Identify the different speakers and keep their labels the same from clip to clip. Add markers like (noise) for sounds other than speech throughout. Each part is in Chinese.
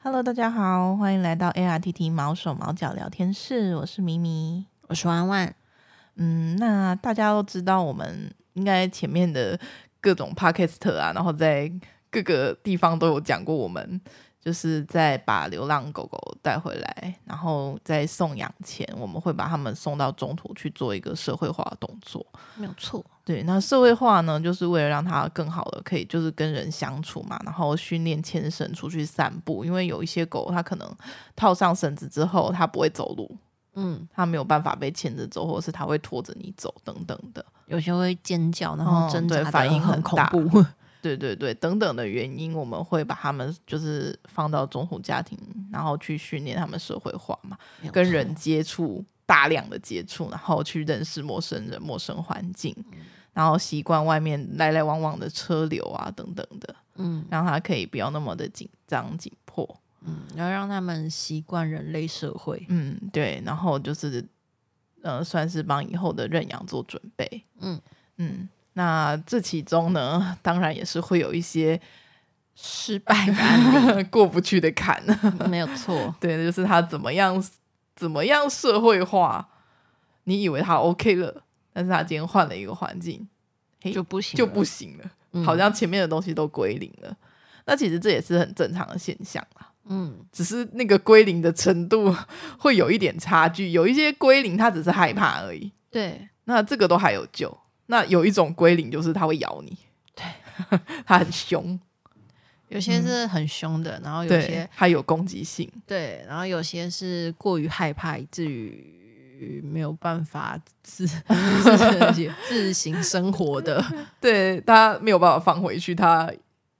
Speaker 1: Hello，大家好，欢迎来到 ARTT 毛手毛脚聊天室，我是咪咪。
Speaker 2: 我是万万，
Speaker 1: 嗯，那大家都知道，我们应该前面的各种 podcast 啊，然后在各个地方都有讲过，我们就是在把流浪狗狗带回来，然后在送养前，我们会把它们送到中途去做一个社会化的动作。
Speaker 2: 没有错，
Speaker 1: 对，那社会化呢，就是为了让它更好的可以就是跟人相处嘛，然后训练牵绳出去散步，因为有一些狗它可能套上绳子之后，它不会走路，
Speaker 2: 嗯，
Speaker 1: 它没有办法被牵着走，或者是它会拖着你走等等的，
Speaker 2: 有些会尖叫，然后
Speaker 1: 嗯
Speaker 2: 挣
Speaker 1: 对
Speaker 2: 扎的
Speaker 1: 反应
Speaker 2: 很
Speaker 1: 很
Speaker 2: 恐
Speaker 1: 大
Speaker 2: 怖，
Speaker 1: 对对对，等等的原因，我们会把它们就是放到中途家庭，然后去训练它们社会化嘛，
Speaker 2: 没有
Speaker 1: 跟
Speaker 2: 错
Speaker 1: 人接触，大量的接触，然后去认识陌生人、陌生环境，
Speaker 2: 嗯
Speaker 1: 然后习惯外面来来往往的车流啊，等等的，
Speaker 2: 嗯
Speaker 1: 让他可以不要那么的紧张紧迫。
Speaker 2: 嗯，要让他们习惯人类社会，
Speaker 1: 嗯，对，然后就是呃，算是帮以后的认养做准备。
Speaker 2: 嗯
Speaker 1: 嗯，那这其中呢，当然也是会有一些 (laughs)
Speaker 2: 失败的案
Speaker 1: 过不去的坎。 (laughs)
Speaker 2: (laughs) 例，没有错，
Speaker 1: 对，就是他怎么样怎么样社会化，你以为他 OK 了，但是他今天换了一个环境诶
Speaker 2: 就不行
Speaker 1: 就
Speaker 2: 了
Speaker 1: 不行了，
Speaker 2: 嗯
Speaker 1: 好像前面的东西都归零了。那其实这也是很正常的现象啦，
Speaker 2: 嗯
Speaker 1: 只是那个归零的程度 (laughs) 会有一点差距，有一些归零他只是害怕而已，
Speaker 2: 对
Speaker 1: 那这个都还有救。那有一种归零就是他会咬你，对，他很凶，
Speaker 2: 有些是很凶的，然后有
Speaker 1: 对
Speaker 2: 些，
Speaker 1: 他有攻击性，
Speaker 2: 对，然后有些是过于害怕，以至于没有办法自 (laughs) 自 (laughs) 自行生活 (laughs) 的，
Speaker 1: 对他没有办法放回去，他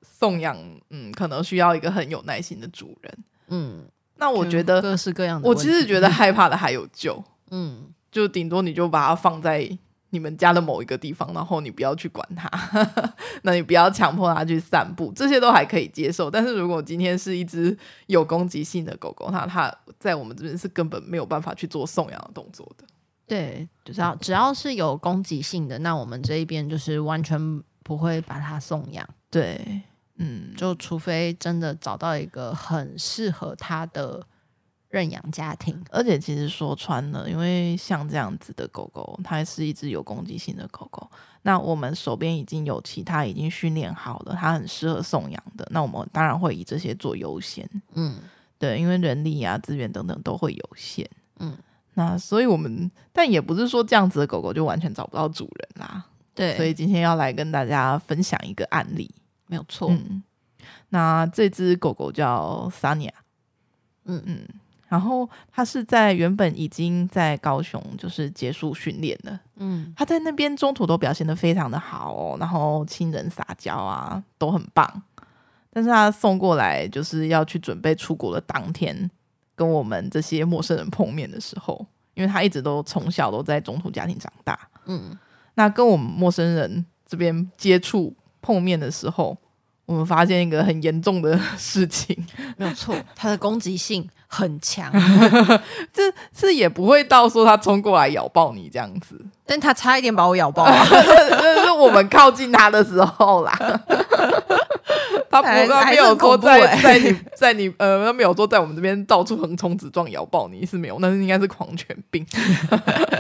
Speaker 1: 送养，嗯，可能需要一个很有耐心的主人。
Speaker 2: 嗯，
Speaker 1: 那我
Speaker 2: 就
Speaker 1: 觉得，
Speaker 2: 各式各样的
Speaker 1: 我
Speaker 2: 问
Speaker 1: 其
Speaker 2: 题，
Speaker 1: 实觉得害怕的还有救，
Speaker 2: 嗯，
Speaker 1: 就顶多你就把它放在你们家的某一个地方，然后你不要去管它， (laughs) 那你不要强迫它去散步，这些都还可以接受。但是如果今天是一只有攻击性的狗狗，那它在我们这边是根本没有办法去做送养的动作的。
Speaker 2: 对，只
Speaker 1: 嗯
Speaker 2: 要只要是有攻击性的，那我们这一边就是完全不会把它送养，
Speaker 1: 对，嗯，
Speaker 2: 就除非真的找到一个很适合它的认养家庭。
Speaker 1: 而且其实说穿了，因为像这样子的狗狗，它是一只有攻击性的狗狗。那我们手边已经有其他已经训练好的，它很适合送养的，那我们当然会以这些做优先。
Speaker 2: 嗯，
Speaker 1: 对，因为人力啊、资源等等都会有限。
Speaker 2: 嗯，
Speaker 1: 那所以我们，但也不是说这样子的狗狗就完全找不到主人啦。
Speaker 2: 对，
Speaker 1: 所以今天要来跟大家分享一个案例。
Speaker 2: 没有错。
Speaker 1: 嗯，那这只狗狗叫 Sania。
Speaker 2: 嗯
Speaker 1: 嗯，然后它是在原本已经在高雄就是结束训练了，
Speaker 2: 嗯
Speaker 1: 它在那边中途都表现的非常的好哦，然后亲人撒娇啊都很棒，但是它送过来就是要去准备出国的当天，跟我们这些陌生人碰面的时候，因为它一直都从小都在中途家庭长大，
Speaker 2: 嗯，
Speaker 1: 那跟我们陌生人这边接触碰面的时候，我们发现一个很严重的事情， (laughs)
Speaker 2: 没有错，它的攻击性很强，
Speaker 1: 是也不会到说他冲过来咬爆你这样子，
Speaker 2: 但它差一点把我咬爆啊了，
Speaker 1: (laughs) 那是我们靠近他的时候啦。他不，
Speaker 2: 还
Speaker 1: 他没
Speaker 2: 还是
Speaker 1: 有
Speaker 2: 很
Speaker 1: 说
Speaker 2: 恐怖
Speaker 1: 在、
Speaker 2: 欸
Speaker 1: 在你 (laughs) 在你呃，他没有说在我们这边到处横冲直撞咬爆你是没有，那是应该是狂犬病。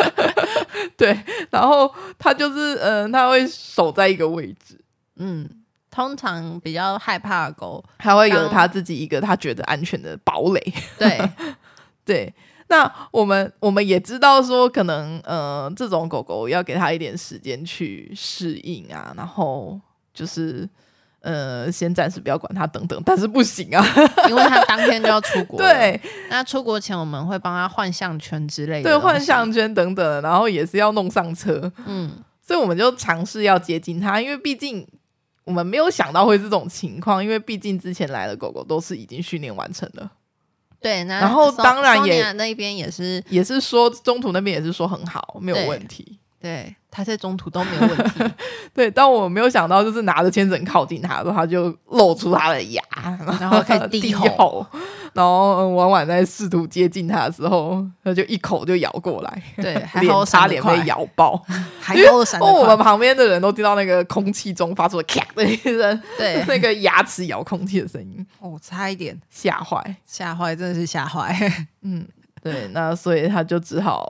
Speaker 1: (laughs) 对，然后他就是嗯、呃，他会守在一个位置，
Speaker 2: 嗯。通常比较害怕的
Speaker 1: (laughs)
Speaker 2: 狗，
Speaker 1: 还会有
Speaker 2: 当
Speaker 1: 他自己一个他觉得安全的堡垒。
Speaker 2: 对，
Speaker 1: 对，那我们我们也知道说，可能呃，这种狗狗要给它一点时间去适应啊，然后就是呃，先暂时不要管它等等，但是不行啊，
Speaker 2: 因为它当天就要出国。，
Speaker 1: 对
Speaker 2: 那出国前我们会帮它换项圈之类的。
Speaker 1: 对，换。项圈等等，然后也是要弄上车，
Speaker 2: 嗯，
Speaker 1: 所以我们就尝试要接近它，因为毕竟。我们没有想到会是这种情况，因为毕竟之前来的狗狗都是已经训练完成了，
Speaker 2: 对，那
Speaker 1: 然后
Speaker 2: So-
Speaker 1: 当然也
Speaker 2: Sonia 那边也是，
Speaker 1: 也是说中途那边也是说很好，没有
Speaker 2: 对
Speaker 1: 问题。
Speaker 2: 对，他在中途都没有问题， (laughs)
Speaker 1: 对，但我没有想到，就是拿着牵绳靠近他的时候，他就露出他的牙，
Speaker 2: 然后开始
Speaker 1: (laughs) 低
Speaker 2: 低
Speaker 1: 吼，然后嗯婉婉在试图接近它的时候，它就一口就咬过来，
Speaker 2: 对，还好
Speaker 1: 脸
Speaker 2: 我
Speaker 1: 差
Speaker 2: 闪得
Speaker 1: 点
Speaker 2: 快
Speaker 1: 被，咬爆。
Speaker 2: 还好我闪得
Speaker 1: 哦，我们
Speaker 2: 快，
Speaker 1: 旁边的人都听到那个空气中发出了咔的一声，
Speaker 2: 对
Speaker 1: 那个牙齿咬空气的声音，
Speaker 2: 哦我差一点
Speaker 1: 吓坏。
Speaker 2: 吓坏，真的是吓坏。
Speaker 1: 嗯，对，那所以他就只好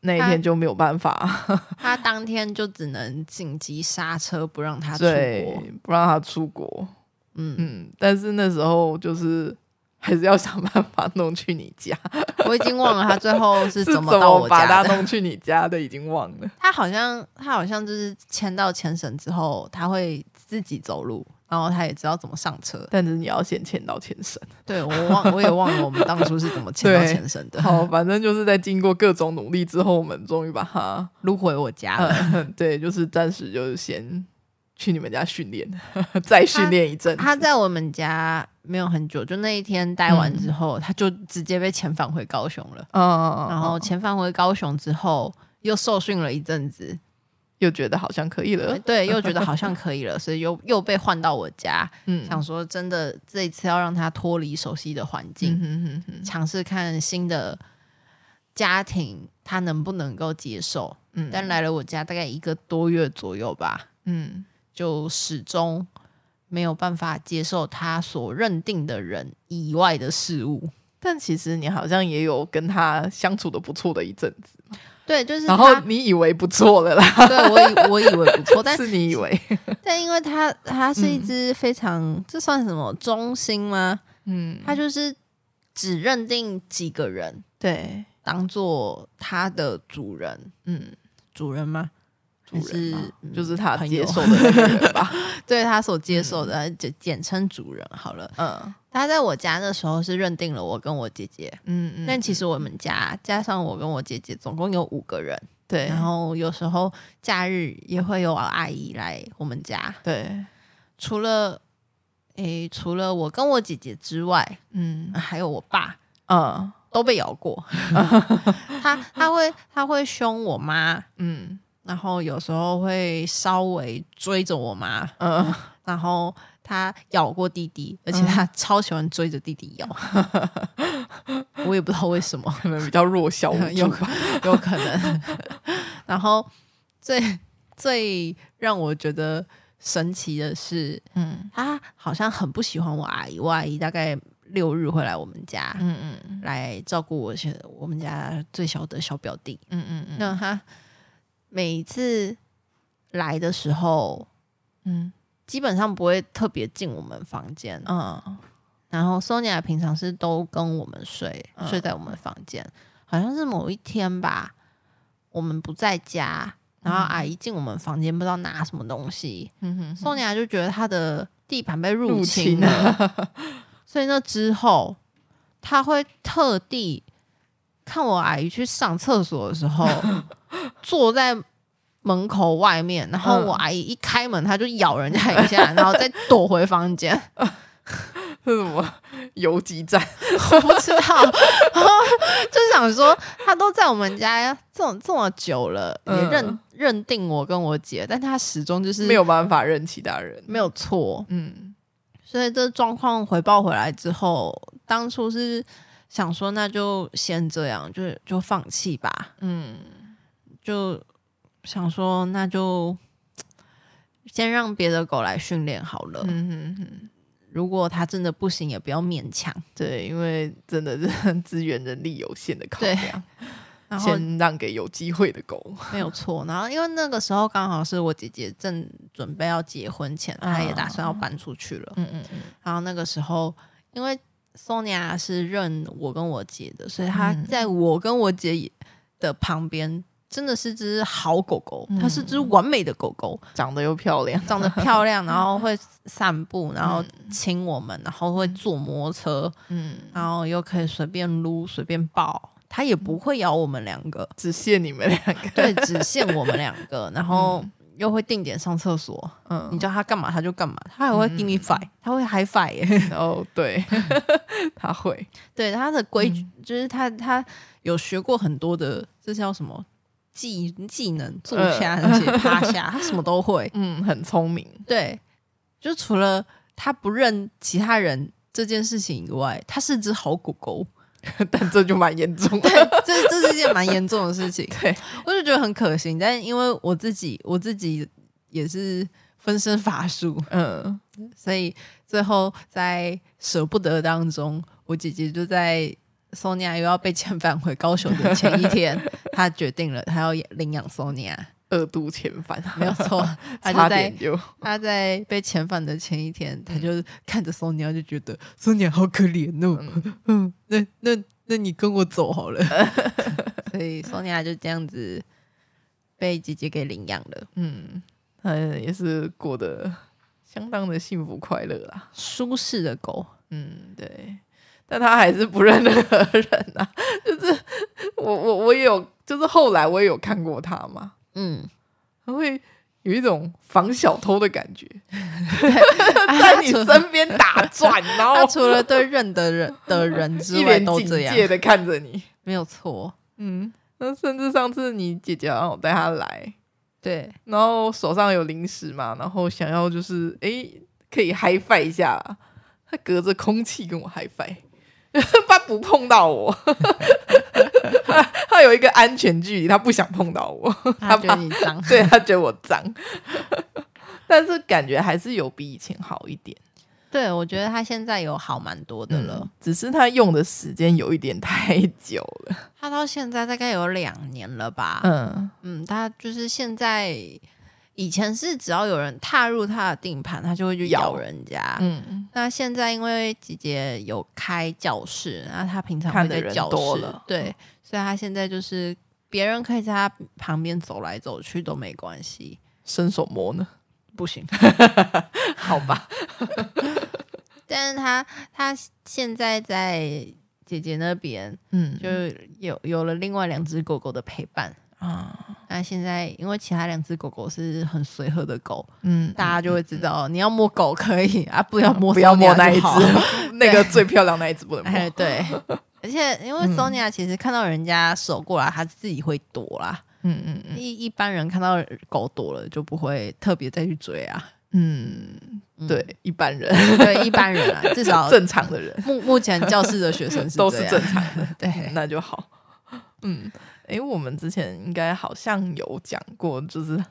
Speaker 1: 那一
Speaker 2: 他
Speaker 1: 天就没有办法，
Speaker 2: 他当天就只能紧急刹车，不让他出国。
Speaker 1: 对，不让他出国。
Speaker 2: 嗯，
Speaker 1: 嗯，但是那时候就是还是要想办法弄去你家，
Speaker 2: 我已经忘了他最后 (laughs) 是
Speaker 1: 是
Speaker 2: 怎么到我
Speaker 1: 把
Speaker 2: 家
Speaker 1: 它
Speaker 2: 的。
Speaker 1: 弄去你家的，已经忘
Speaker 2: (laughs)
Speaker 1: 了。
Speaker 2: 他好像他好像就是牵到牵绳之后，他会自己走路，然后他也知道怎么上车。
Speaker 1: 但是你要先签到前身。
Speaker 2: 对我忘我也忘了我们当初是怎么牵到
Speaker 1: 对
Speaker 2: 牵绳
Speaker 1: (laughs)
Speaker 2: 的，
Speaker 1: 好，反正就是在经过各种努力之后，我们终于把它，
Speaker 2: 撸回我家了。
Speaker 1: 嗯，对，就是暂时就是先去你们家训练， (laughs) 再训练一阵子。
Speaker 2: 他在我们家没有很久，就那一天待完之后，他就直接被遣返回高雄了。
Speaker 1: 嗯嗯，嗯
Speaker 2: 然后
Speaker 1: 嗯
Speaker 2: 遣返回高雄之后，又受训了一阵子，
Speaker 1: (laughs) 又觉得好像可以了，
Speaker 2: 对，又觉得好像可以了，所以又又被换到我家，
Speaker 1: 嗯，
Speaker 2: 想说真的这一次要让他脱离熟悉的环境，
Speaker 1: 嗯哼哼
Speaker 2: 尝试看新的家庭，他能不能够接受。
Speaker 1: 嗯
Speaker 2: 但来了我家大概一个多月左右吧，
Speaker 1: 嗯
Speaker 2: 就始终没有办法接受他所认定的人以外的事物。
Speaker 1: 但其实你好像也有跟他相处的不错的一阵子，
Speaker 2: 对，就是
Speaker 1: 然
Speaker 2: 他，
Speaker 1: 后你以为不错了啦， (laughs)
Speaker 2: 对我以我以为不错，但
Speaker 1: 是嗯你以为，
Speaker 2: 但因为他他是一只非常、这算什么忠心吗？
Speaker 1: (laughs) 嗯，
Speaker 2: 他就是只认定几个人
Speaker 1: 对，
Speaker 2: 当做他的主人，
Speaker 1: 嗯，
Speaker 2: 主人吗？
Speaker 1: 主人嘛
Speaker 2: 还是嗯
Speaker 1: 就是嗯他
Speaker 2: 朋
Speaker 1: 接
Speaker 2: 友
Speaker 1: 受的那个人吧，
Speaker 2: 对他所接受的，就、简称主人好了。
Speaker 1: (laughs) 嗯
Speaker 2: 他在我家的时候是认定了我跟我姐姐，
Speaker 1: 嗯嗯，
Speaker 2: 但其实我们家加上我跟我姐姐总共有五个人，
Speaker 1: 对，
Speaker 2: 然后有时候假日也会有阿姨来我们家，
Speaker 1: 对，
Speaker 2: 除了。诶，除了我跟我姐姐之外，
Speaker 1: 嗯
Speaker 2: 还有我爸，
Speaker 1: 嗯
Speaker 2: 都被咬
Speaker 1: (laughs)
Speaker 2: 过。他他会他会凶我妈，
Speaker 1: 嗯
Speaker 2: 然后有时候会稍微追着我妈，
Speaker 1: 嗯，
Speaker 2: 然后他咬过弟弟，而且他超喜欢追着弟弟咬。 (laughs) 我也不知道为什么，
Speaker 1: 可能比较弱小 (laughs) 无
Speaker 2: 有
Speaker 1: 助吧，
Speaker 2: 有可能。 (laughs) 然后最最让我觉得神奇的是，
Speaker 1: 嗯
Speaker 2: 他好像很不喜欢我阿姨，我阿姨大概六日会来我们家。
Speaker 1: 嗯嗯
Speaker 2: 来照顾我现我们家最小的小表弟，
Speaker 1: 嗯嗯嗯
Speaker 2: 那他每一次来的时候，
Speaker 1: 嗯
Speaker 2: 基本上不会特别进我们房间。
Speaker 1: 嗯
Speaker 2: 然后 Sonia 平常是都跟我们睡，
Speaker 1: 嗯
Speaker 2: 睡在我们房间。好像是某一天吧，我们不在家，然后阿姨进我们房间，不知道拿什么东西，
Speaker 1: 嗯哼，
Speaker 2: 宋尼亚就觉得他的地盘被入
Speaker 1: 入
Speaker 2: 侵
Speaker 1: 侵啊
Speaker 2: 了， (laughs) 所以那之后他会特地看我阿姨去上厕所的时
Speaker 1: (laughs)
Speaker 2: 候，坐在门口外面，然后
Speaker 1: 嗯
Speaker 2: 我阿姨一开门，他就咬人家一下，然后再躲回房间。
Speaker 1: 是什 (laughs) 么游击战？
Speaker 2: 我不知道， (laughs) 就想说他都在我们家这么这么久了，也认、
Speaker 1: 嗯
Speaker 2: 认定我跟我姐，但他始终就是
Speaker 1: 没有办法认其他人，
Speaker 2: 没有错，
Speaker 1: 嗯
Speaker 2: 所以这状况回报回来之后，当初是想说那就先这样，就就放弃吧，
Speaker 1: 嗯
Speaker 2: 就想说那就先让别的狗来训练好了。
Speaker 1: 嗯嗯嗯。
Speaker 2: 如果它真的不行，也不要勉强。
Speaker 1: 对，因为真的是资源人力有限的考
Speaker 2: 对
Speaker 1: 量，
Speaker 2: 然后
Speaker 1: 先让给有机会的狗。
Speaker 2: 没有错，然后因为那个时候刚好是我姐姐正准备要结婚前，
Speaker 1: 啊
Speaker 2: 她也打算要搬出去了。
Speaker 1: 嗯嗯嗯，
Speaker 2: 然后那个时候，因为 Sonia 是认我跟我姐的，所以她
Speaker 1: 嗯
Speaker 2: 在我跟我姐的旁边，真的是只好狗狗，
Speaker 1: 嗯
Speaker 2: 它是只完美的狗
Speaker 1: (laughs)
Speaker 2: 狗，
Speaker 1: 长得又漂亮，
Speaker 2: 长得漂亮，然后会散步，然后亲我们，然后会坐摩托车，
Speaker 1: 嗯，
Speaker 2: 然后又可以随便撸、随便抱，它也
Speaker 1: 嗯
Speaker 2: 不会咬我们两个，
Speaker 1: 只限你们两
Speaker 2: (laughs)
Speaker 1: 个。
Speaker 2: 对，只限我们两个，然后。又会定点上厕所，
Speaker 1: 嗯，
Speaker 2: 你叫它干嘛它就干嘛，它还会 give me five，它会 high five 耶、 (laughs)
Speaker 1: 然后对，他会，
Speaker 2: 对他的规矩，就是他他有学过很多的，这叫什么技技能，坐下那些、趴下，他什么
Speaker 1: 嗯
Speaker 2: 都会。
Speaker 1: 嗯，很聪明，
Speaker 2: 对，就除了他不认其他人这件事情以外，它是只好狗狗。
Speaker 1: (laughs) 但这就蛮严重
Speaker 2: 对
Speaker 1: 的。，
Speaker 2: 这这是一件蛮严重的事情，
Speaker 1: (laughs) 对，
Speaker 2: 我就觉得很可惜。但因为我自己，我自己也是分身乏术，
Speaker 1: 嗯，
Speaker 2: 所以最后在舍不得当中，我姐姐就在 Sonia 又要被遣返回高雄的前一天，她决定了她要领养 Sonia，
Speaker 1: 二度遣返，
Speaker 2: 没有错， (laughs) 她
Speaker 1: 差
Speaker 2: 就在
Speaker 1: 点就
Speaker 2: 他在被遣返的前一天，他就看着索尼亚，就觉得索尼亚好可怜哦。嗯，那那那你跟我走好了。 (laughs) 所以索尼亚就这样子被姐姐给领养了。
Speaker 1: 嗯，他也是过得相当的幸福快乐啦。
Speaker 2: 舒适的狗，
Speaker 1: 嗯，对，但他还是不认任何人啊。 (laughs) 就是我我我也有，就是后来我也有看过他嘛，
Speaker 2: 嗯，
Speaker 1: 他会有一种防小偷的
Speaker 2: (laughs)
Speaker 1: 感觉， (laughs) 在
Speaker 2: 在
Speaker 1: 你身边打
Speaker 2: (laughs)
Speaker 1: 转，然
Speaker 2: 他
Speaker 1: 后
Speaker 2: 除了对认得人 (laughs) 的人之
Speaker 1: 一
Speaker 2: 外
Speaker 1: 脸
Speaker 2: 都
Speaker 1: 警
Speaker 2: 这样，
Speaker 1: 戒的看着你。 (laughs)
Speaker 2: 没有错。
Speaker 1: 嗯，那甚至上次你姐姐好像有带他来，
Speaker 2: 对，
Speaker 1: 然后手上有零食嘛，然后想要就是诶可以嗨翻一下啦，他隔着空气跟我嗨翻， (laughs) 他不碰到我，他他有一个安全距离，他不想碰到我，
Speaker 2: (laughs)
Speaker 1: (laughs)
Speaker 2: 他
Speaker 1: 他
Speaker 2: 觉得
Speaker 1: 怕
Speaker 2: 你脏，
Speaker 1: 对他觉得我脏，但是感觉还是有比以前好一点
Speaker 2: (laughs) 对我觉得他现在有好蛮多的了。
Speaker 1: 嗯只是他用的时间有一点太久了，
Speaker 2: 他到现在大概有两年了吧？
Speaker 1: 嗯
Speaker 2: 嗯，他就是现在，以前是只要有人踏入他的地盘，他就会去咬
Speaker 1: 咬
Speaker 2: 人家。
Speaker 1: 嗯，
Speaker 2: 那现在因为姐姐有开教室，那他平常
Speaker 1: 看
Speaker 2: 会
Speaker 1: 的
Speaker 2: 在
Speaker 1: 人
Speaker 2: 教
Speaker 1: 多
Speaker 2: 室
Speaker 1: 了
Speaker 2: 对，所以他现在就是别人可以在他旁边走来走去都没关系，
Speaker 1: 伸手摸呢，
Speaker 2: 不行。
Speaker 1: 好吧，
Speaker 2: 但是他他现在在姐姐那边
Speaker 1: 嗯，
Speaker 2: 就有有了另外两只狗狗的陪伴。
Speaker 1: 啊，
Speaker 2: 那现在因为其他两只狗狗是很随和的狗，
Speaker 1: 嗯
Speaker 2: 大家就会知道，你要摸狗可以啊，不要摸
Speaker 1: 不要摸那一
Speaker 2: Sonia
Speaker 1: (laughs)
Speaker 2: 就好。
Speaker 1: 只，那个最漂亮那一只不能
Speaker 2: 哎，
Speaker 1: 摸。 (laughs)
Speaker 2: 对，而且
Speaker 1: 嗯
Speaker 2: 因为 Sonia 其实看到人家手过来，她自己会躲啦。
Speaker 1: 嗯嗯嗯
Speaker 2: 一一般人看到狗躲了，就不会特别再去追
Speaker 1: (laughs)
Speaker 2: 啊。
Speaker 1: 嗯，
Speaker 2: 嗯
Speaker 1: 对，一般人
Speaker 2: 对，一般人啊，至
Speaker 1: (laughs)
Speaker 2: 少
Speaker 1: 正常的人
Speaker 2: 目目前教室的学生是
Speaker 1: 都
Speaker 2: 这
Speaker 1: 是
Speaker 2: 样
Speaker 1: 正常 (laughs) 的，
Speaker 2: 对，
Speaker 1: 那就好。嗯，诶，我们之前应该好像有讲过，就是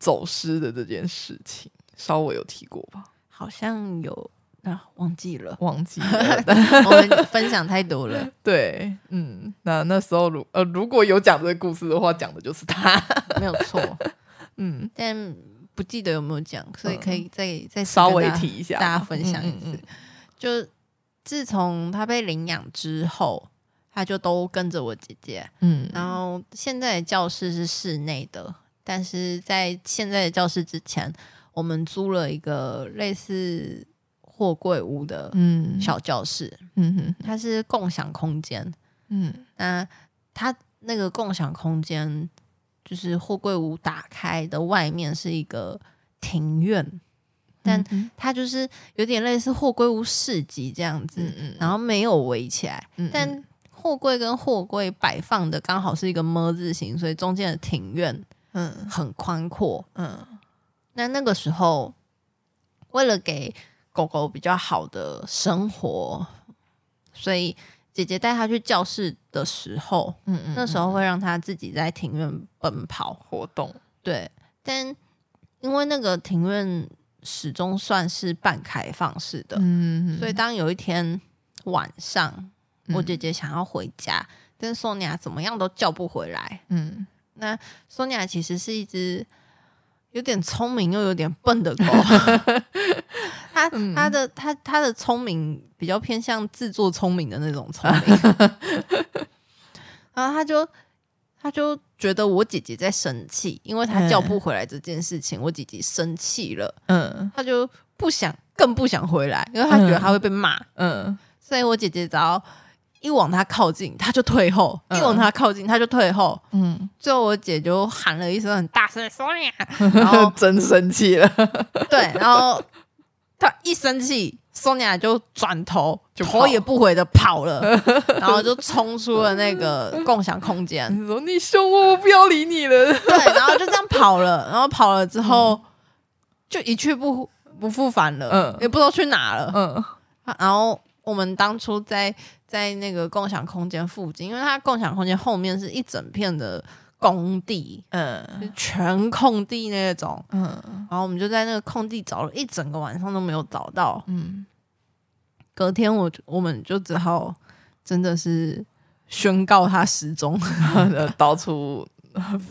Speaker 1: 走失的这件事情，稍微有提过吧？，
Speaker 2: 好像有啊，忘记了
Speaker 1: 忘记了。 (laughs) 但
Speaker 2: (laughs) 我们分享太多了。
Speaker 1: 对，嗯，那那时候如呃如果有讲这个故事的话，讲的就是他。
Speaker 2: 没有错， (laughs)
Speaker 1: 嗯，
Speaker 2: 但不记得有没有讲，所以可以再再次
Speaker 1: 稍
Speaker 2: 跟
Speaker 1: 微
Speaker 2: 大家
Speaker 1: 提一下，
Speaker 2: 大家分享一
Speaker 1: 嗯
Speaker 2: 次。
Speaker 1: 嗯嗯
Speaker 2: 就自从他被领养之后，他就都跟着我姐姐。
Speaker 1: 嗯
Speaker 2: 然后现在的教室是室内的，但是在现在的教室之前，我们租了一个类似货柜屋的
Speaker 1: 嗯，
Speaker 2: 小教室，
Speaker 1: 嗯嗯
Speaker 2: 它是共享空间。
Speaker 1: 嗯
Speaker 2: 那它那个共享空间，就是货柜屋打开的外面是一个庭院，但
Speaker 1: 嗯
Speaker 2: 它就是有点类似货柜屋市集这样子，
Speaker 1: 嗯嗯
Speaker 2: 然后没有围起来，
Speaker 1: 嗯
Speaker 2: 但货柜跟货柜摆放的刚好是一个么字形，所以中间的庭院
Speaker 1: 嗯
Speaker 2: 很宽阔。
Speaker 1: 嗯
Speaker 2: 那那个时候，为了给狗狗比较好的生活，所以姐姐带它去教室的时候，
Speaker 1: 嗯嗯，
Speaker 2: 那时候会让它自己在庭院奔跑。
Speaker 1: 活动，
Speaker 2: 对，但因为那个庭院始终算是半开放式的，
Speaker 1: 嗯
Speaker 2: 所以当有一天晚上，我姐姐想要回家，但索尼娅怎么样都叫不回来。
Speaker 1: 嗯，
Speaker 2: 那索尼娅其实是一只有点聪明又有点笨的狗，它它的它它的聪明比较偏向自作聪明的那种聪明，然后它就。它就觉得我姐姐在生气，因为她叫不回来这件事情，我姐姐生气了，
Speaker 1: 嗯
Speaker 2: 她就不想，更不想回来，因为她觉得她会被骂。
Speaker 1: 嗯
Speaker 2: 所以我姐姐只要一往他靠近，他就退后；
Speaker 1: 嗯
Speaker 2: 一往他靠近，他就退后。
Speaker 1: 嗯
Speaker 2: 最后我姐就喊了一声很大声的 “Sonia”，然后
Speaker 1: 真生气了，
Speaker 2: 对，然后她一生气，Sonia 就转头，
Speaker 1: 就跑
Speaker 2: 头也不回的
Speaker 1: (laughs)
Speaker 2: 跑了，然后就冲出了那个共享空间。
Speaker 1: 你说你凶我，我不要理你了，
Speaker 2: 对，然后就这样跑
Speaker 1: (laughs)
Speaker 2: 了，然后跑了之后、就一去不不复返了，
Speaker 1: 嗯
Speaker 2: 也不知道去哪了。
Speaker 1: 嗯
Speaker 2: 啊然后我们当初在在那个共享空间附近，因为它共享空间后面是一整片的工地，就
Speaker 1: 嗯
Speaker 2: 是全空地那种。
Speaker 1: 嗯
Speaker 2: 然后我们就在那个空地找了一整个晚上都没有找到。
Speaker 1: 嗯，
Speaker 2: 隔天我我们就只好真的是宣告他失踪， (laughs)
Speaker 1: 呃到处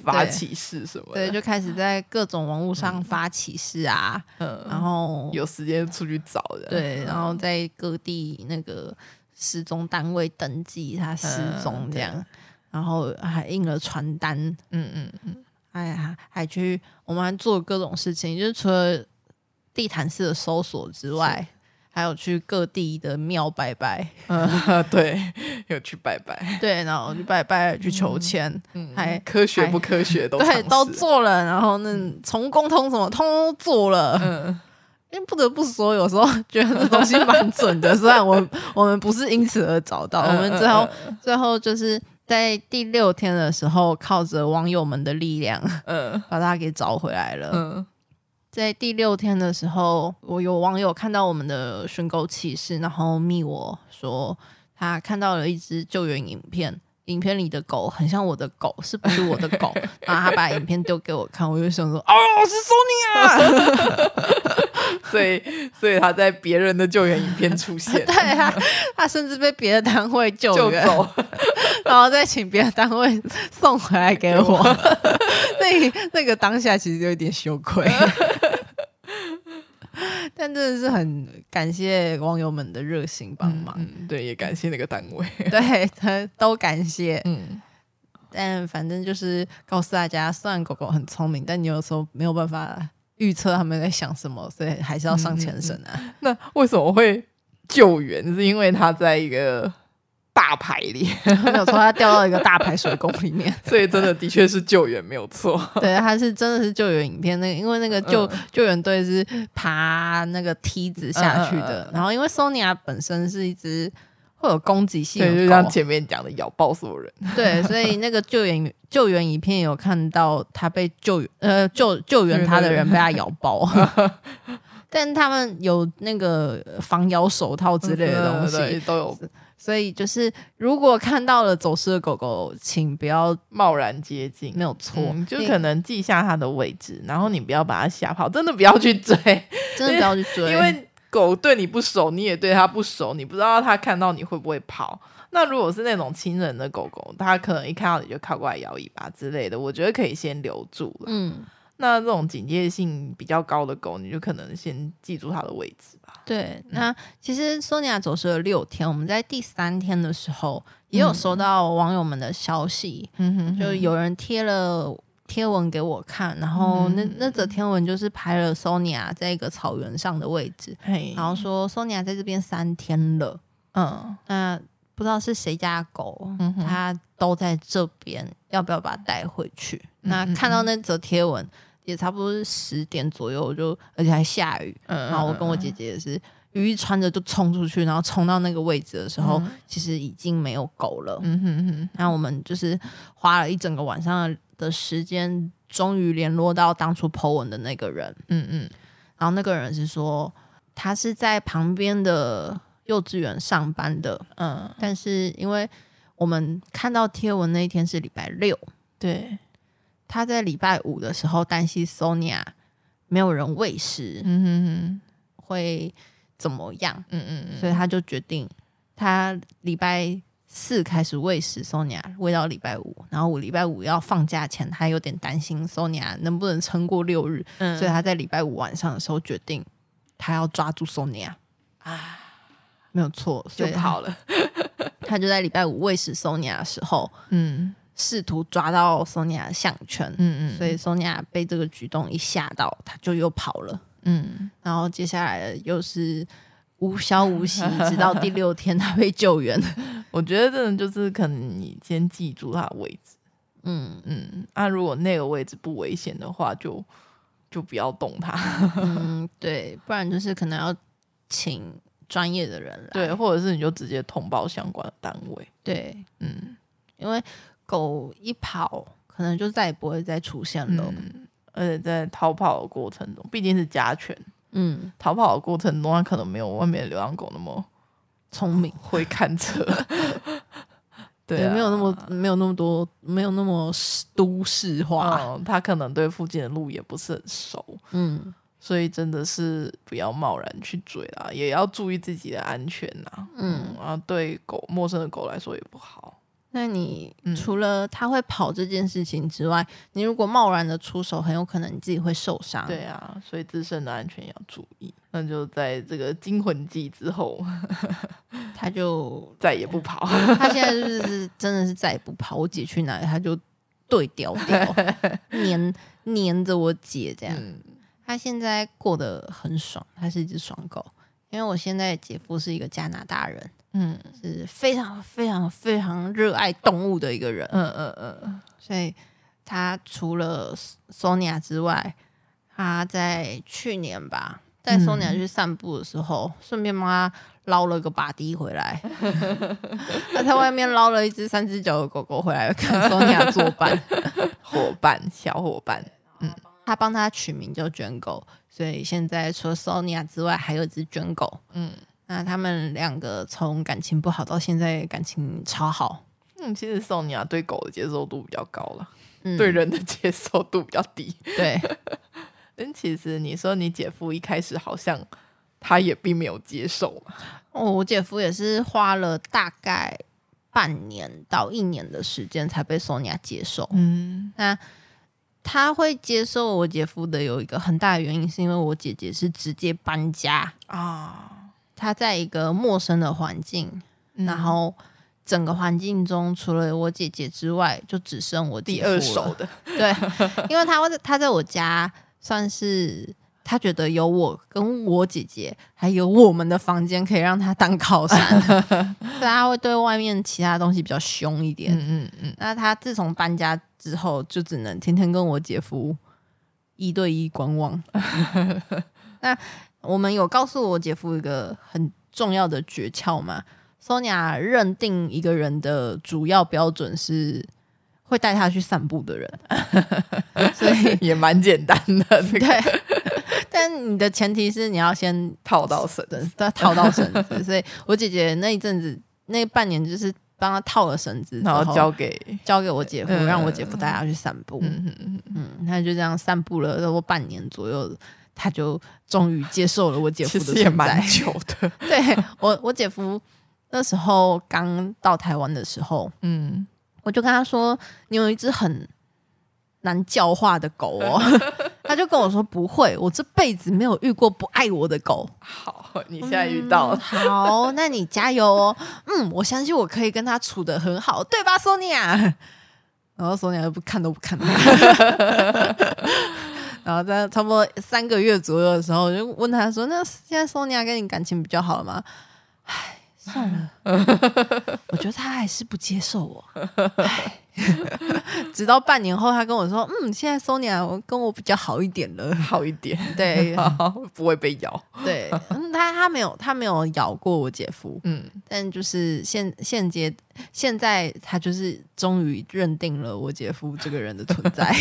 Speaker 1: 发
Speaker 2: 对
Speaker 1: 起事什么
Speaker 2: 对，
Speaker 1: 的，
Speaker 2: 就开始在各种网络上发起事啊，
Speaker 1: 嗯，
Speaker 2: 然后
Speaker 1: 有时间出去找的，
Speaker 2: 对，然后在各地那个失踪单位登记他失踪这样，
Speaker 1: 嗯
Speaker 2: 然后还印了传单，
Speaker 1: 嗯嗯嗯
Speaker 2: 哎呀，还去我们还做各种事情，就是除了地毯式的搜索之外，还有去各地的庙
Speaker 1: (laughs)
Speaker 2: 拜拜，
Speaker 1: 嗯，对，有去拜拜，
Speaker 2: 对，然后去拜拜去求签，
Speaker 1: 嗯，
Speaker 2: 还
Speaker 1: 科学
Speaker 2: 还
Speaker 1: 不科学都
Speaker 2: 对，
Speaker 1: 尝
Speaker 2: 都
Speaker 1: 试，
Speaker 2: 做了，然后那从工通什么通通都做了。
Speaker 1: 嗯
Speaker 2: 因为不得不说，有时候觉得那东西蛮准的，虽然我我们不是因此而找到，我
Speaker 1: 嗯
Speaker 2: 们
Speaker 1: 嗯
Speaker 2: 最后
Speaker 1: 嗯
Speaker 2: 最后就是在第六天的时候，靠着网友们的力量，
Speaker 1: 嗯
Speaker 2: 把它给找回来了。
Speaker 1: 嗯
Speaker 2: 在第六天的时候，我有网友看到我们的寻狗启事，然后密我说他看到了一只救援影片，影片里的狗很像我的狗，是不是我的 (laughs) 狗？然后他把影片丢给我看，我就想说，哦，是 Sonia。
Speaker 1: 所以所以他在别人的救援影片出现，
Speaker 2: 对啊，他甚至被别的单位救
Speaker 1: 就
Speaker 2: 援，
Speaker 1: 走，
Speaker 2: 然后再请别的单位送回来给我。 (laughs) 那那个当下其实有一点羞愧， (laughs) 但真的是很感谢网友们的热心帮忙，
Speaker 1: 嗯，对，也感谢那个单
Speaker 2: (laughs)
Speaker 1: 位，
Speaker 2: 对他都感谢。
Speaker 1: 嗯，
Speaker 2: 但反正就是告诉大家，虽然狗狗很聪明，但你有时候没有办法预测他们在想什么，所以还是要上前绳啊。
Speaker 1: (laughs) 那为什么会救援？是因为他在一个大排里，
Speaker 2: (laughs) 没有错，它掉到一个大排水沟里面。
Speaker 1: (laughs)
Speaker 2: (laughs)
Speaker 1: 所以真的的确是救援没有错。
Speaker 2: 对，他是真的是救援影片那个，因为那个救、
Speaker 1: 嗯
Speaker 2: 救援队是爬那个梯子下去的，
Speaker 1: 嗯嗯嗯
Speaker 2: 然后因为 Sonia 本身是一只会有攻击性
Speaker 1: 对，就
Speaker 2: 的
Speaker 1: 像
Speaker 2: 狗，
Speaker 1: 前面讲的，咬爆所有人。
Speaker 2: 对，所以那个救援救援影片有看到他被救援呃救救援他的人被他咬爆。 (laughs) 但他们有那个防咬手套 (laughs) 之类的东
Speaker 1: 嗯对对
Speaker 2: 西，
Speaker 1: 都有
Speaker 2: 所以就是如果看到了走失的狗狗，请不要
Speaker 1: 贸然接近，
Speaker 2: 没有错，
Speaker 1: 嗯就
Speaker 2: 你
Speaker 1: 可能记下它的位置，然后你不要把它吓跑，真的不要去追，
Speaker 2: 真的不要去
Speaker 1: (laughs)
Speaker 2: 追，
Speaker 1: 因为狗对你不熟，你也对它不熟，你不知道它看到你会不会跑。那如果是那种亲人的狗狗，它可能一看到你就靠过来摇尾巴之类的，我觉得可以先留住了。
Speaker 2: 嗯。
Speaker 1: 那这种警戒性比较高的狗，你就可能先记住它的位置吧。
Speaker 2: 对，那其实索尼娅走失了六天，我们在第三天的时候也有收到网友们的消息，
Speaker 1: 嗯哼
Speaker 2: 就有人贴了贴文给我看，然后那
Speaker 1: 嗯
Speaker 2: 那则贴文就是拍了索尼娅在一个草原上的位置，
Speaker 1: 嘿，
Speaker 2: 然后说索尼娅在这边三天了，
Speaker 1: 嗯
Speaker 2: 那不知道是谁家的狗，
Speaker 1: 嗯哼
Speaker 2: 它都在这边，要不要把它带回去？那
Speaker 1: 嗯嗯
Speaker 2: 看到那则贴文。也差不多是十点左右，我就而且还下雨，
Speaker 1: 嗯，
Speaker 2: 然后我跟我姐姐也是雨衣穿着就冲出去，然后冲到那个位置的时候，其实已经没有狗了。
Speaker 1: 嗯哼哼，
Speaker 2: 那我们就是花了一整个晚上的时间，终于联络到当初 Po 文的那个人。
Speaker 1: 嗯嗯
Speaker 2: 然后那个人是说，他是在旁边的幼稚园上班的，
Speaker 1: 嗯，
Speaker 2: 但是因为我们看到贴文那一天是礼拜六，
Speaker 1: 对，
Speaker 2: 他在礼拜五的时候担心 Sonia 没有人喂食
Speaker 1: 嗯哼哼，
Speaker 2: 会怎么样，
Speaker 1: 嗯嗯嗯，
Speaker 2: 所以他就决定，他礼拜四开始喂食 Sonia，喂到礼拜五，然后我礼拜五要放假前，他有点担心 Sonia 能不能撑过六日，
Speaker 1: 嗯
Speaker 2: 所以他在礼拜五晚上的时候决定，他要抓住 Sonia 啊，没有错，
Speaker 1: 就
Speaker 2: 所以他
Speaker 1: 跑了。
Speaker 2: 他就在礼拜五喂食 Sonia 的时候，
Speaker 1: 嗯
Speaker 2: 试图抓到 Sonia 的项圈，
Speaker 1: 嗯嗯，
Speaker 2: 所以 Sonia 被这个举动一吓到，他就又跑了。
Speaker 1: 嗯
Speaker 2: 然后接下来又是无消无息，直到第六天他被救援。
Speaker 1: 我觉得真的就是可能你先记住它的位置，
Speaker 2: 嗯，
Speaker 1: 嗯，那、如果那个位置不危险的话，就就不要动它， (laughs)
Speaker 2: 嗯，对，不然就是可能要请专业的人来。
Speaker 1: 对，或者是你就直接通报相关的单位，
Speaker 2: 对，
Speaker 1: 嗯
Speaker 2: 因为狗一跑，可
Speaker 1: 嗯
Speaker 2: 能就再也不会再出现了。
Speaker 1: 嗯，而且在逃跑的过程中，毕竟是家犬，
Speaker 2: 嗯，
Speaker 1: 逃跑的过程中，它可能没有外面的流浪狗那么
Speaker 2: 聪明，
Speaker 1: (laughs) 会看
Speaker 2: (laughs)
Speaker 1: 车。对、
Speaker 2: 对，
Speaker 1: 啊，
Speaker 2: 没有那么没有那么多，没有那么都市化，
Speaker 1: 嗯，它可能对附近的路也不是很熟，
Speaker 2: 嗯
Speaker 1: 所以真的是不要贸然去追啦，也要注意自己的安全啦。
Speaker 2: 嗯。
Speaker 1: 啊，对狗陌生的狗来说也不好。
Speaker 2: 那你
Speaker 1: 嗯
Speaker 2: 除了它会跑这件事情之外，你如果贸然的出手，很有可能你自己会受伤。
Speaker 1: 对啊，所以自身的安全也要注意。那就在这个惊魂记之后，
Speaker 2: 它就
Speaker 1: 再也不跑。
Speaker 2: 它现在就是 (laughs) 真的是再也不跑，我姐去哪里它就对调
Speaker 1: (laughs)
Speaker 2: 调，黏黏着我姐这样。
Speaker 1: 嗯，
Speaker 2: 它现在过得很爽，它是一只爽狗。因为我现在的姐夫是一个加拿大人，
Speaker 1: (laughs) 嗯
Speaker 2: 是非常非常非常热爱动物的一个人，
Speaker 1: 嗯嗯嗯，
Speaker 2: 所以他除了 Sonia 之外，他在去年吧，带
Speaker 1: 嗯
Speaker 2: Sonia 去散步的时候，顺、便帮他捞了个把迪
Speaker 1: (laughs)
Speaker 2: 回来。他在外面捞了一只三只脚的狗狗回来，跟 Sonia 作伴。
Speaker 1: 伙伴，小伙伴，
Speaker 2: 他帮他取名叫卷狗，所以现在除了 Sonia 之外，还有一只卷狗。
Speaker 1: 嗯
Speaker 2: 那他们两个从感情不好到现在感情超好，
Speaker 1: 嗯，其实宋尼亚对狗的接受度比较高了，
Speaker 2: 嗯，
Speaker 1: 对人的接受度比较低。
Speaker 2: 对，
Speaker 1: 但其实你说你姐夫一开始好像他也并没有接受嘛，
Speaker 2: 哦，我姐夫也是花了大概半年到一年的时间才被 Sonia 接受。
Speaker 1: 嗯
Speaker 2: 那他会接受我姐夫的有一个很大的原因，是因为我姐姐是直接搬家，
Speaker 1: 啊，
Speaker 2: 她在一个陌生的环境，
Speaker 1: 嗯
Speaker 2: 然后整个环境中除了我姐姐之外，就只剩我姐
Speaker 1: 第
Speaker 2: 夫了
Speaker 1: 二手的，
Speaker 2: (laughs) 对，因为他会在他在我家算是他觉得有我跟我姐姐还有我们的房间可以让他当靠山，
Speaker 1: (laughs)
Speaker 2: 所以他会对外面其他东西比较凶一点。
Speaker 1: 嗯嗯
Speaker 2: 那他自从搬家之后，就只能天天跟我姐夫一对一观望。 (laughs) 那我们有告诉我姐夫一个很重要的诀窍嘛？Sonia 认定一个人的主要标准是会带他去散步的人，所以
Speaker 1: 嗯， (laughs) 也蛮简单的，这个
Speaker 2: (laughs) 对，但你的前提是你要先
Speaker 1: 套到绳子，
Speaker 2: 都要套到绳子，所以我姐姐那一阵子那半年就是帮她套了绳子之，
Speaker 1: 然后交给
Speaker 2: 交给我姐夫，
Speaker 1: 嗯
Speaker 2: 让我姐夫带她去散步。
Speaker 1: 嗯嗯嗯
Speaker 2: 嗯，她就这样散步了差不多半年左右，她就终于接受了我姐夫
Speaker 1: 其
Speaker 2: 的
Speaker 1: 实也
Speaker 2: 存
Speaker 1: 蛮
Speaker 2: 在。
Speaker 1: 久的，
Speaker 2: (laughs) 对我，我姐夫那时候刚到台湾的时候，
Speaker 1: 嗯，
Speaker 2: 我就跟他说：“你有一只很难教化的
Speaker 1: (laughs)
Speaker 2: 狗哦。”他就跟我说：“不会，我这辈子没有遇过不爱我的狗。
Speaker 1: 好，你现在遇到
Speaker 2: 嗯
Speaker 1: 了，
Speaker 2: 好，那你加油哦。嗯，我相信我可以跟他处的很好，对吧，Sonia？然 (laughs) 后 Sonia 就不看都不看他。 (laughs) 然后在差不多三个月左右的时候，我就问他说：“那现在 Sonia 跟你感情比较好了吗？”唉，算了，我觉得他还是不接受我。唉直到半年后，他跟我说：“嗯，现在 Sonia 我跟我比较好一点
Speaker 1: (laughs)
Speaker 2: 了。(laughs)
Speaker 1: 好一点，”
Speaker 2: 对
Speaker 1: 不会被咬，
Speaker 2: 对，嗯，他他没有他没有咬过我姐夫，
Speaker 1: 嗯
Speaker 2: 但就是现现阶现在，他就是终于认定了我姐夫这个人的存在。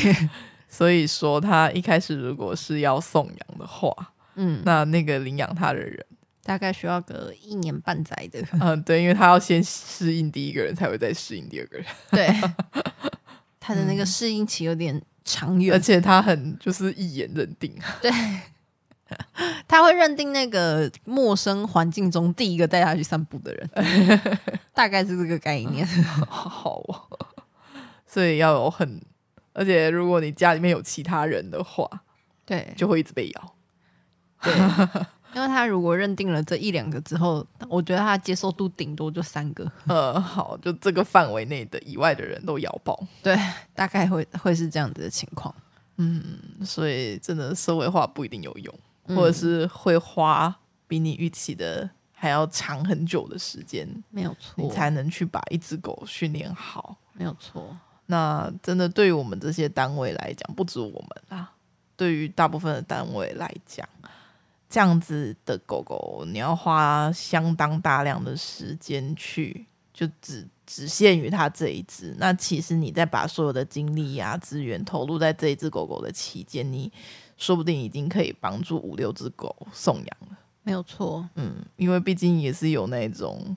Speaker 1: 所以说，他一开始如果是要送养的话，
Speaker 2: 嗯，
Speaker 1: 那那个领养他的人，
Speaker 2: 大概需要个一年半载的。
Speaker 1: 嗯，对，因为他要先适应第一个人，才会再适应第二个人，
Speaker 2: 对，他的那个适应期有点长
Speaker 1: 而
Speaker 2: 远，
Speaker 1: 且他很就是一眼认定， (laughs)
Speaker 2: 他会认定那个陌生环境中第一个带他去散步的人，大概是这个概念。
Speaker 1: 好哦，所以要有很，而且如果你家里面有其他人的话，
Speaker 2: 对，
Speaker 1: 就会一直被咬，
Speaker 2: 对，因为他如果认定了这一两个之后，我觉得他接受度顶多就三个。
Speaker 1: 呃，好，就这个范围内的以外的人都咬爆，
Speaker 2: 对，大概会会是这样子的情况，
Speaker 1: 所以真的社会化不一定有用，
Speaker 2: 嗯
Speaker 1: 或者是会花比你预期的还要长很久的时间，
Speaker 2: 没有错，
Speaker 1: 你才能去把一只狗训练好。
Speaker 2: 没有错。
Speaker 1: 那真的对于我们这些单位来讲，不止我们啦，对于大部分的单位来讲，这样子的狗狗，你要花相当大量的时间去，就只只限于它这一只。啊那其实你在把所有的精力呀、资源投入在这一只狗狗的期间，你说不定已经可以帮助五六只狗送养了。
Speaker 2: 没有错，
Speaker 1: 嗯，因为毕竟也是有那种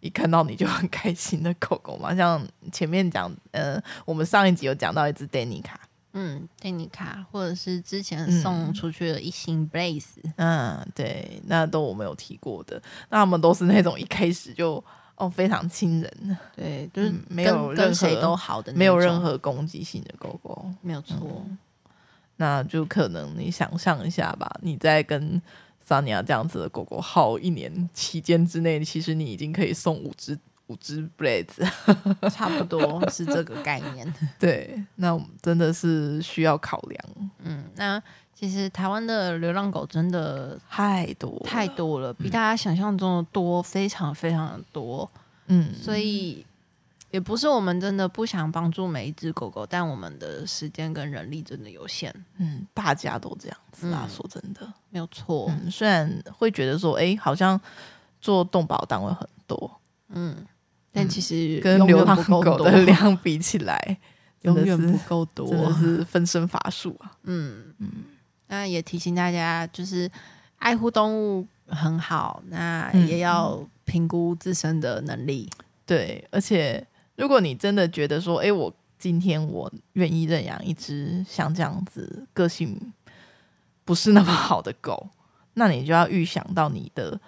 Speaker 1: 一看到你就很开心的狗狗嘛，像前面讲，呃，我们上一集有讲到一只 Danny 卡，
Speaker 2: 嗯，戴尼卡，或者是之前
Speaker 1: 嗯
Speaker 2: 送出去的一星 Blaze，、
Speaker 1: 嗯，对，那都我们有提过的，那他们都是那种一开始就哦非常亲人，
Speaker 2: 对，就是
Speaker 1: 嗯
Speaker 2: 跟、
Speaker 1: 没有任
Speaker 2: 跟谁
Speaker 1: 何
Speaker 2: 都好的那种，
Speaker 1: 没有任何攻击性的狗狗，
Speaker 2: 没有错，
Speaker 1: 那就可能你想象一下吧，你在跟。桑尼亚这样子的狗狗耗一年期间之内，其实你已经可以送五只五只 Blades
Speaker 2: 嗯差不多是这个概念。
Speaker 1: (laughs) 对，那我们真的是需要考量
Speaker 2: (laughs) 嗯，那其实台湾的流浪狗真的
Speaker 1: 太多
Speaker 2: 太多了，比大家想象中的多，非常非常的多，
Speaker 1: 嗯，
Speaker 2: 所以。也不是我们真的不想帮助每一只狗狗，但我们的时间跟人力真的有限，
Speaker 1: 嗯，大家都这样子啦。
Speaker 2: 嗯
Speaker 1: 说真的，
Speaker 2: 没有错。
Speaker 1: 嗯，虽然会觉得说，哎、好像做动保单位很多，
Speaker 2: 嗯，但其实
Speaker 1: 跟
Speaker 2: 永远
Speaker 1: 流浪
Speaker 2: 不够
Speaker 1: 狗
Speaker 2: 多
Speaker 1: 的量比起来，真
Speaker 2: 永
Speaker 1: 的
Speaker 2: 远不
Speaker 1: 是
Speaker 2: 够
Speaker 1: 真的
Speaker 2: 多。
Speaker 1: 是分身乏术啊。
Speaker 2: 嗯嗯， (laughs) 那也提醒大家，就是爱护动物很好，那
Speaker 1: 嗯
Speaker 2: 也要评估自身的能力。
Speaker 1: 对，而且如果你真的觉得说，哎、我今天我愿意认养一只像这样子个性不是那么好的狗，那你就要预想到你的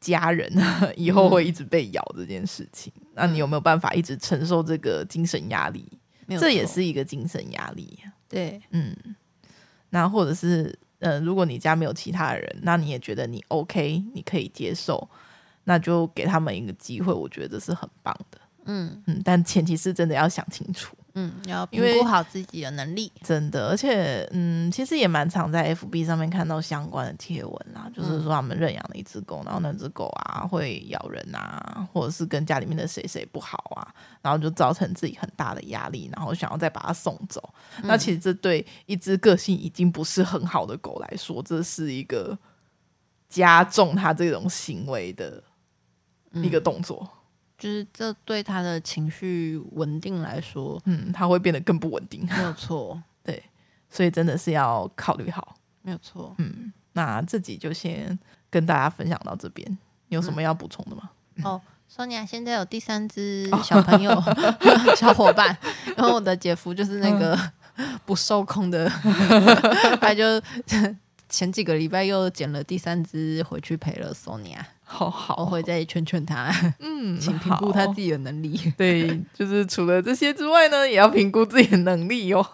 Speaker 1: 家人啊以后
Speaker 2: 嗯
Speaker 1: 会一直被咬这件事情。那你有没有办法一直承受这个精神压力？
Speaker 2: 没有
Speaker 1: 这也
Speaker 2: 错
Speaker 1: 是一个精神压力。
Speaker 2: 对，
Speaker 1: 嗯，那或者是呃，如果你家没有其他人，那你也觉得你 OK，你可以接受，那就给他们一个机会，我觉得这是很棒的。
Speaker 2: 嗯
Speaker 1: 嗯，但前提是真的要想清楚，
Speaker 2: 嗯，要评
Speaker 1: 因为
Speaker 2: 估好自己的能力。
Speaker 1: 真的，而且嗯，其实也蛮常在 FB 上面看到相关的贴文啦，就是说他们认养了一只狗，然后那只狗啊会咬人啊，或者是跟家里面的谁谁不好啊，然后就造成自己很大的压力，然后想要再把它送走。那其实这对一只个性已经不是很好的狗来说，这是一个加重它这种行为的一个动作。
Speaker 2: 就是这对他的情绪稳定来说
Speaker 1: 嗯，它会变得更不稳定，
Speaker 2: 没有错，
Speaker 1: 所以真的是要考虑好。
Speaker 2: 没有错。
Speaker 1: 嗯，那这集就先跟大家分享到这边，你有什
Speaker 2: 嗯
Speaker 1: 么要补充的
Speaker 2: (laughs)
Speaker 1: 吗？
Speaker 2: 哦，索尼娅现在有第三只
Speaker 1: 哦
Speaker 2: 小朋友、 (laughs) 小伙伴，然后我的姐夫就是那个
Speaker 1: 嗯
Speaker 2: (laughs) 不受控的，他就 (laughs) 前几个礼拜又捡了第三只回去陪了索尼娅，
Speaker 1: 好
Speaker 2: 我
Speaker 1: 好，
Speaker 2: 会再劝劝他，
Speaker 1: 哦嗯
Speaker 2: 请评估他自
Speaker 1: 己。
Speaker 2: 己的能力。
Speaker 1: 对，就是除了这些之外呢，也要评估自己的能力哟、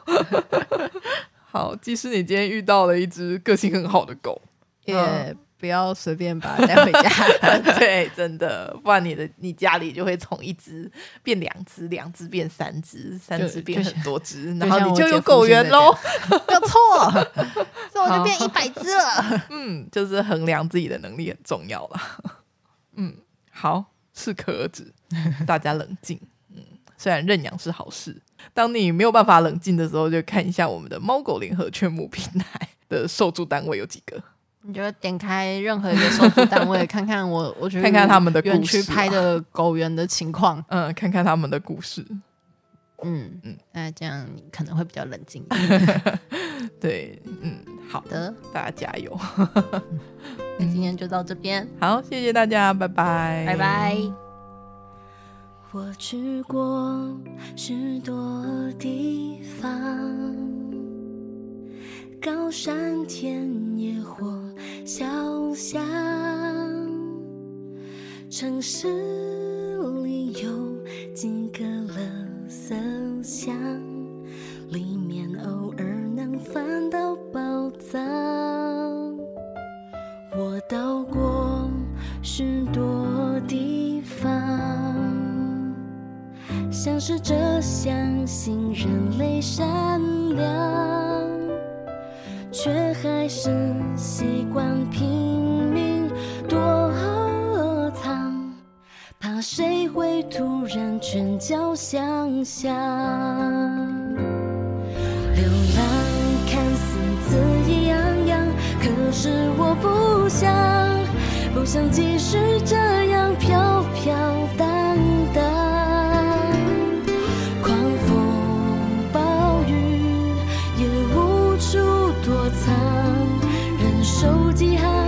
Speaker 1: (laughs) 好，即使你今天遇到了一只个性很好的狗， (laughs) 嗯
Speaker 2: 也不要随便把它带回家，
Speaker 1: 对，真的，不然你的你家里就会从一只变两只，两只变三只，三
Speaker 2: 就
Speaker 1: 只变
Speaker 2: 就
Speaker 1: 很多只，
Speaker 2: 就
Speaker 1: 然后
Speaker 2: 像
Speaker 1: 你
Speaker 2: 我
Speaker 1: 就
Speaker 2: 姐
Speaker 1: 有
Speaker 2: 夫
Speaker 1: 狗
Speaker 2: 现
Speaker 1: 园
Speaker 2: 在这
Speaker 1: 喽
Speaker 2: 样。没有错，所以我就
Speaker 1: 好
Speaker 2: 变一百只了。 (laughs)
Speaker 1: 嗯，就是衡量自己的能力很重要啦。 (laughs) 嗯，好，适可而止，大家冷静。嗯，虽然认养是好事，当你没有办法冷静的时候，就看一下我们的猫狗联合劝募平台的受助单位有几个。
Speaker 2: 你就点开任何一个收付单位，看看我我去
Speaker 1: 看看他们的故事啊
Speaker 2: 园区拍的狗园的情况。
Speaker 1: 嗯，看看他们的故事。
Speaker 2: 嗯
Speaker 1: 嗯
Speaker 2: 嗯，那这样你可能会比较冷静一
Speaker 1: 对，嗯，好，
Speaker 2: 的。
Speaker 1: 大家加油。
Speaker 2: 那今天就到这边，
Speaker 1: 好，谢谢大家，拜拜，
Speaker 2: 拜拜。
Speaker 3: 我去过许多地方，高山、田野或小巷，城市里有几个垃圾箱，里面偶尔能翻到宝藏。我到过许多地方，像是这相信人类善良，却还是习惯拼命躲藏，怕谁会突然拳脚相向。流浪看似恣意洋洋，可是我不想，不想继续这样飘飘荡荡。狂风暴雨也无处躲藏，忍受饥寒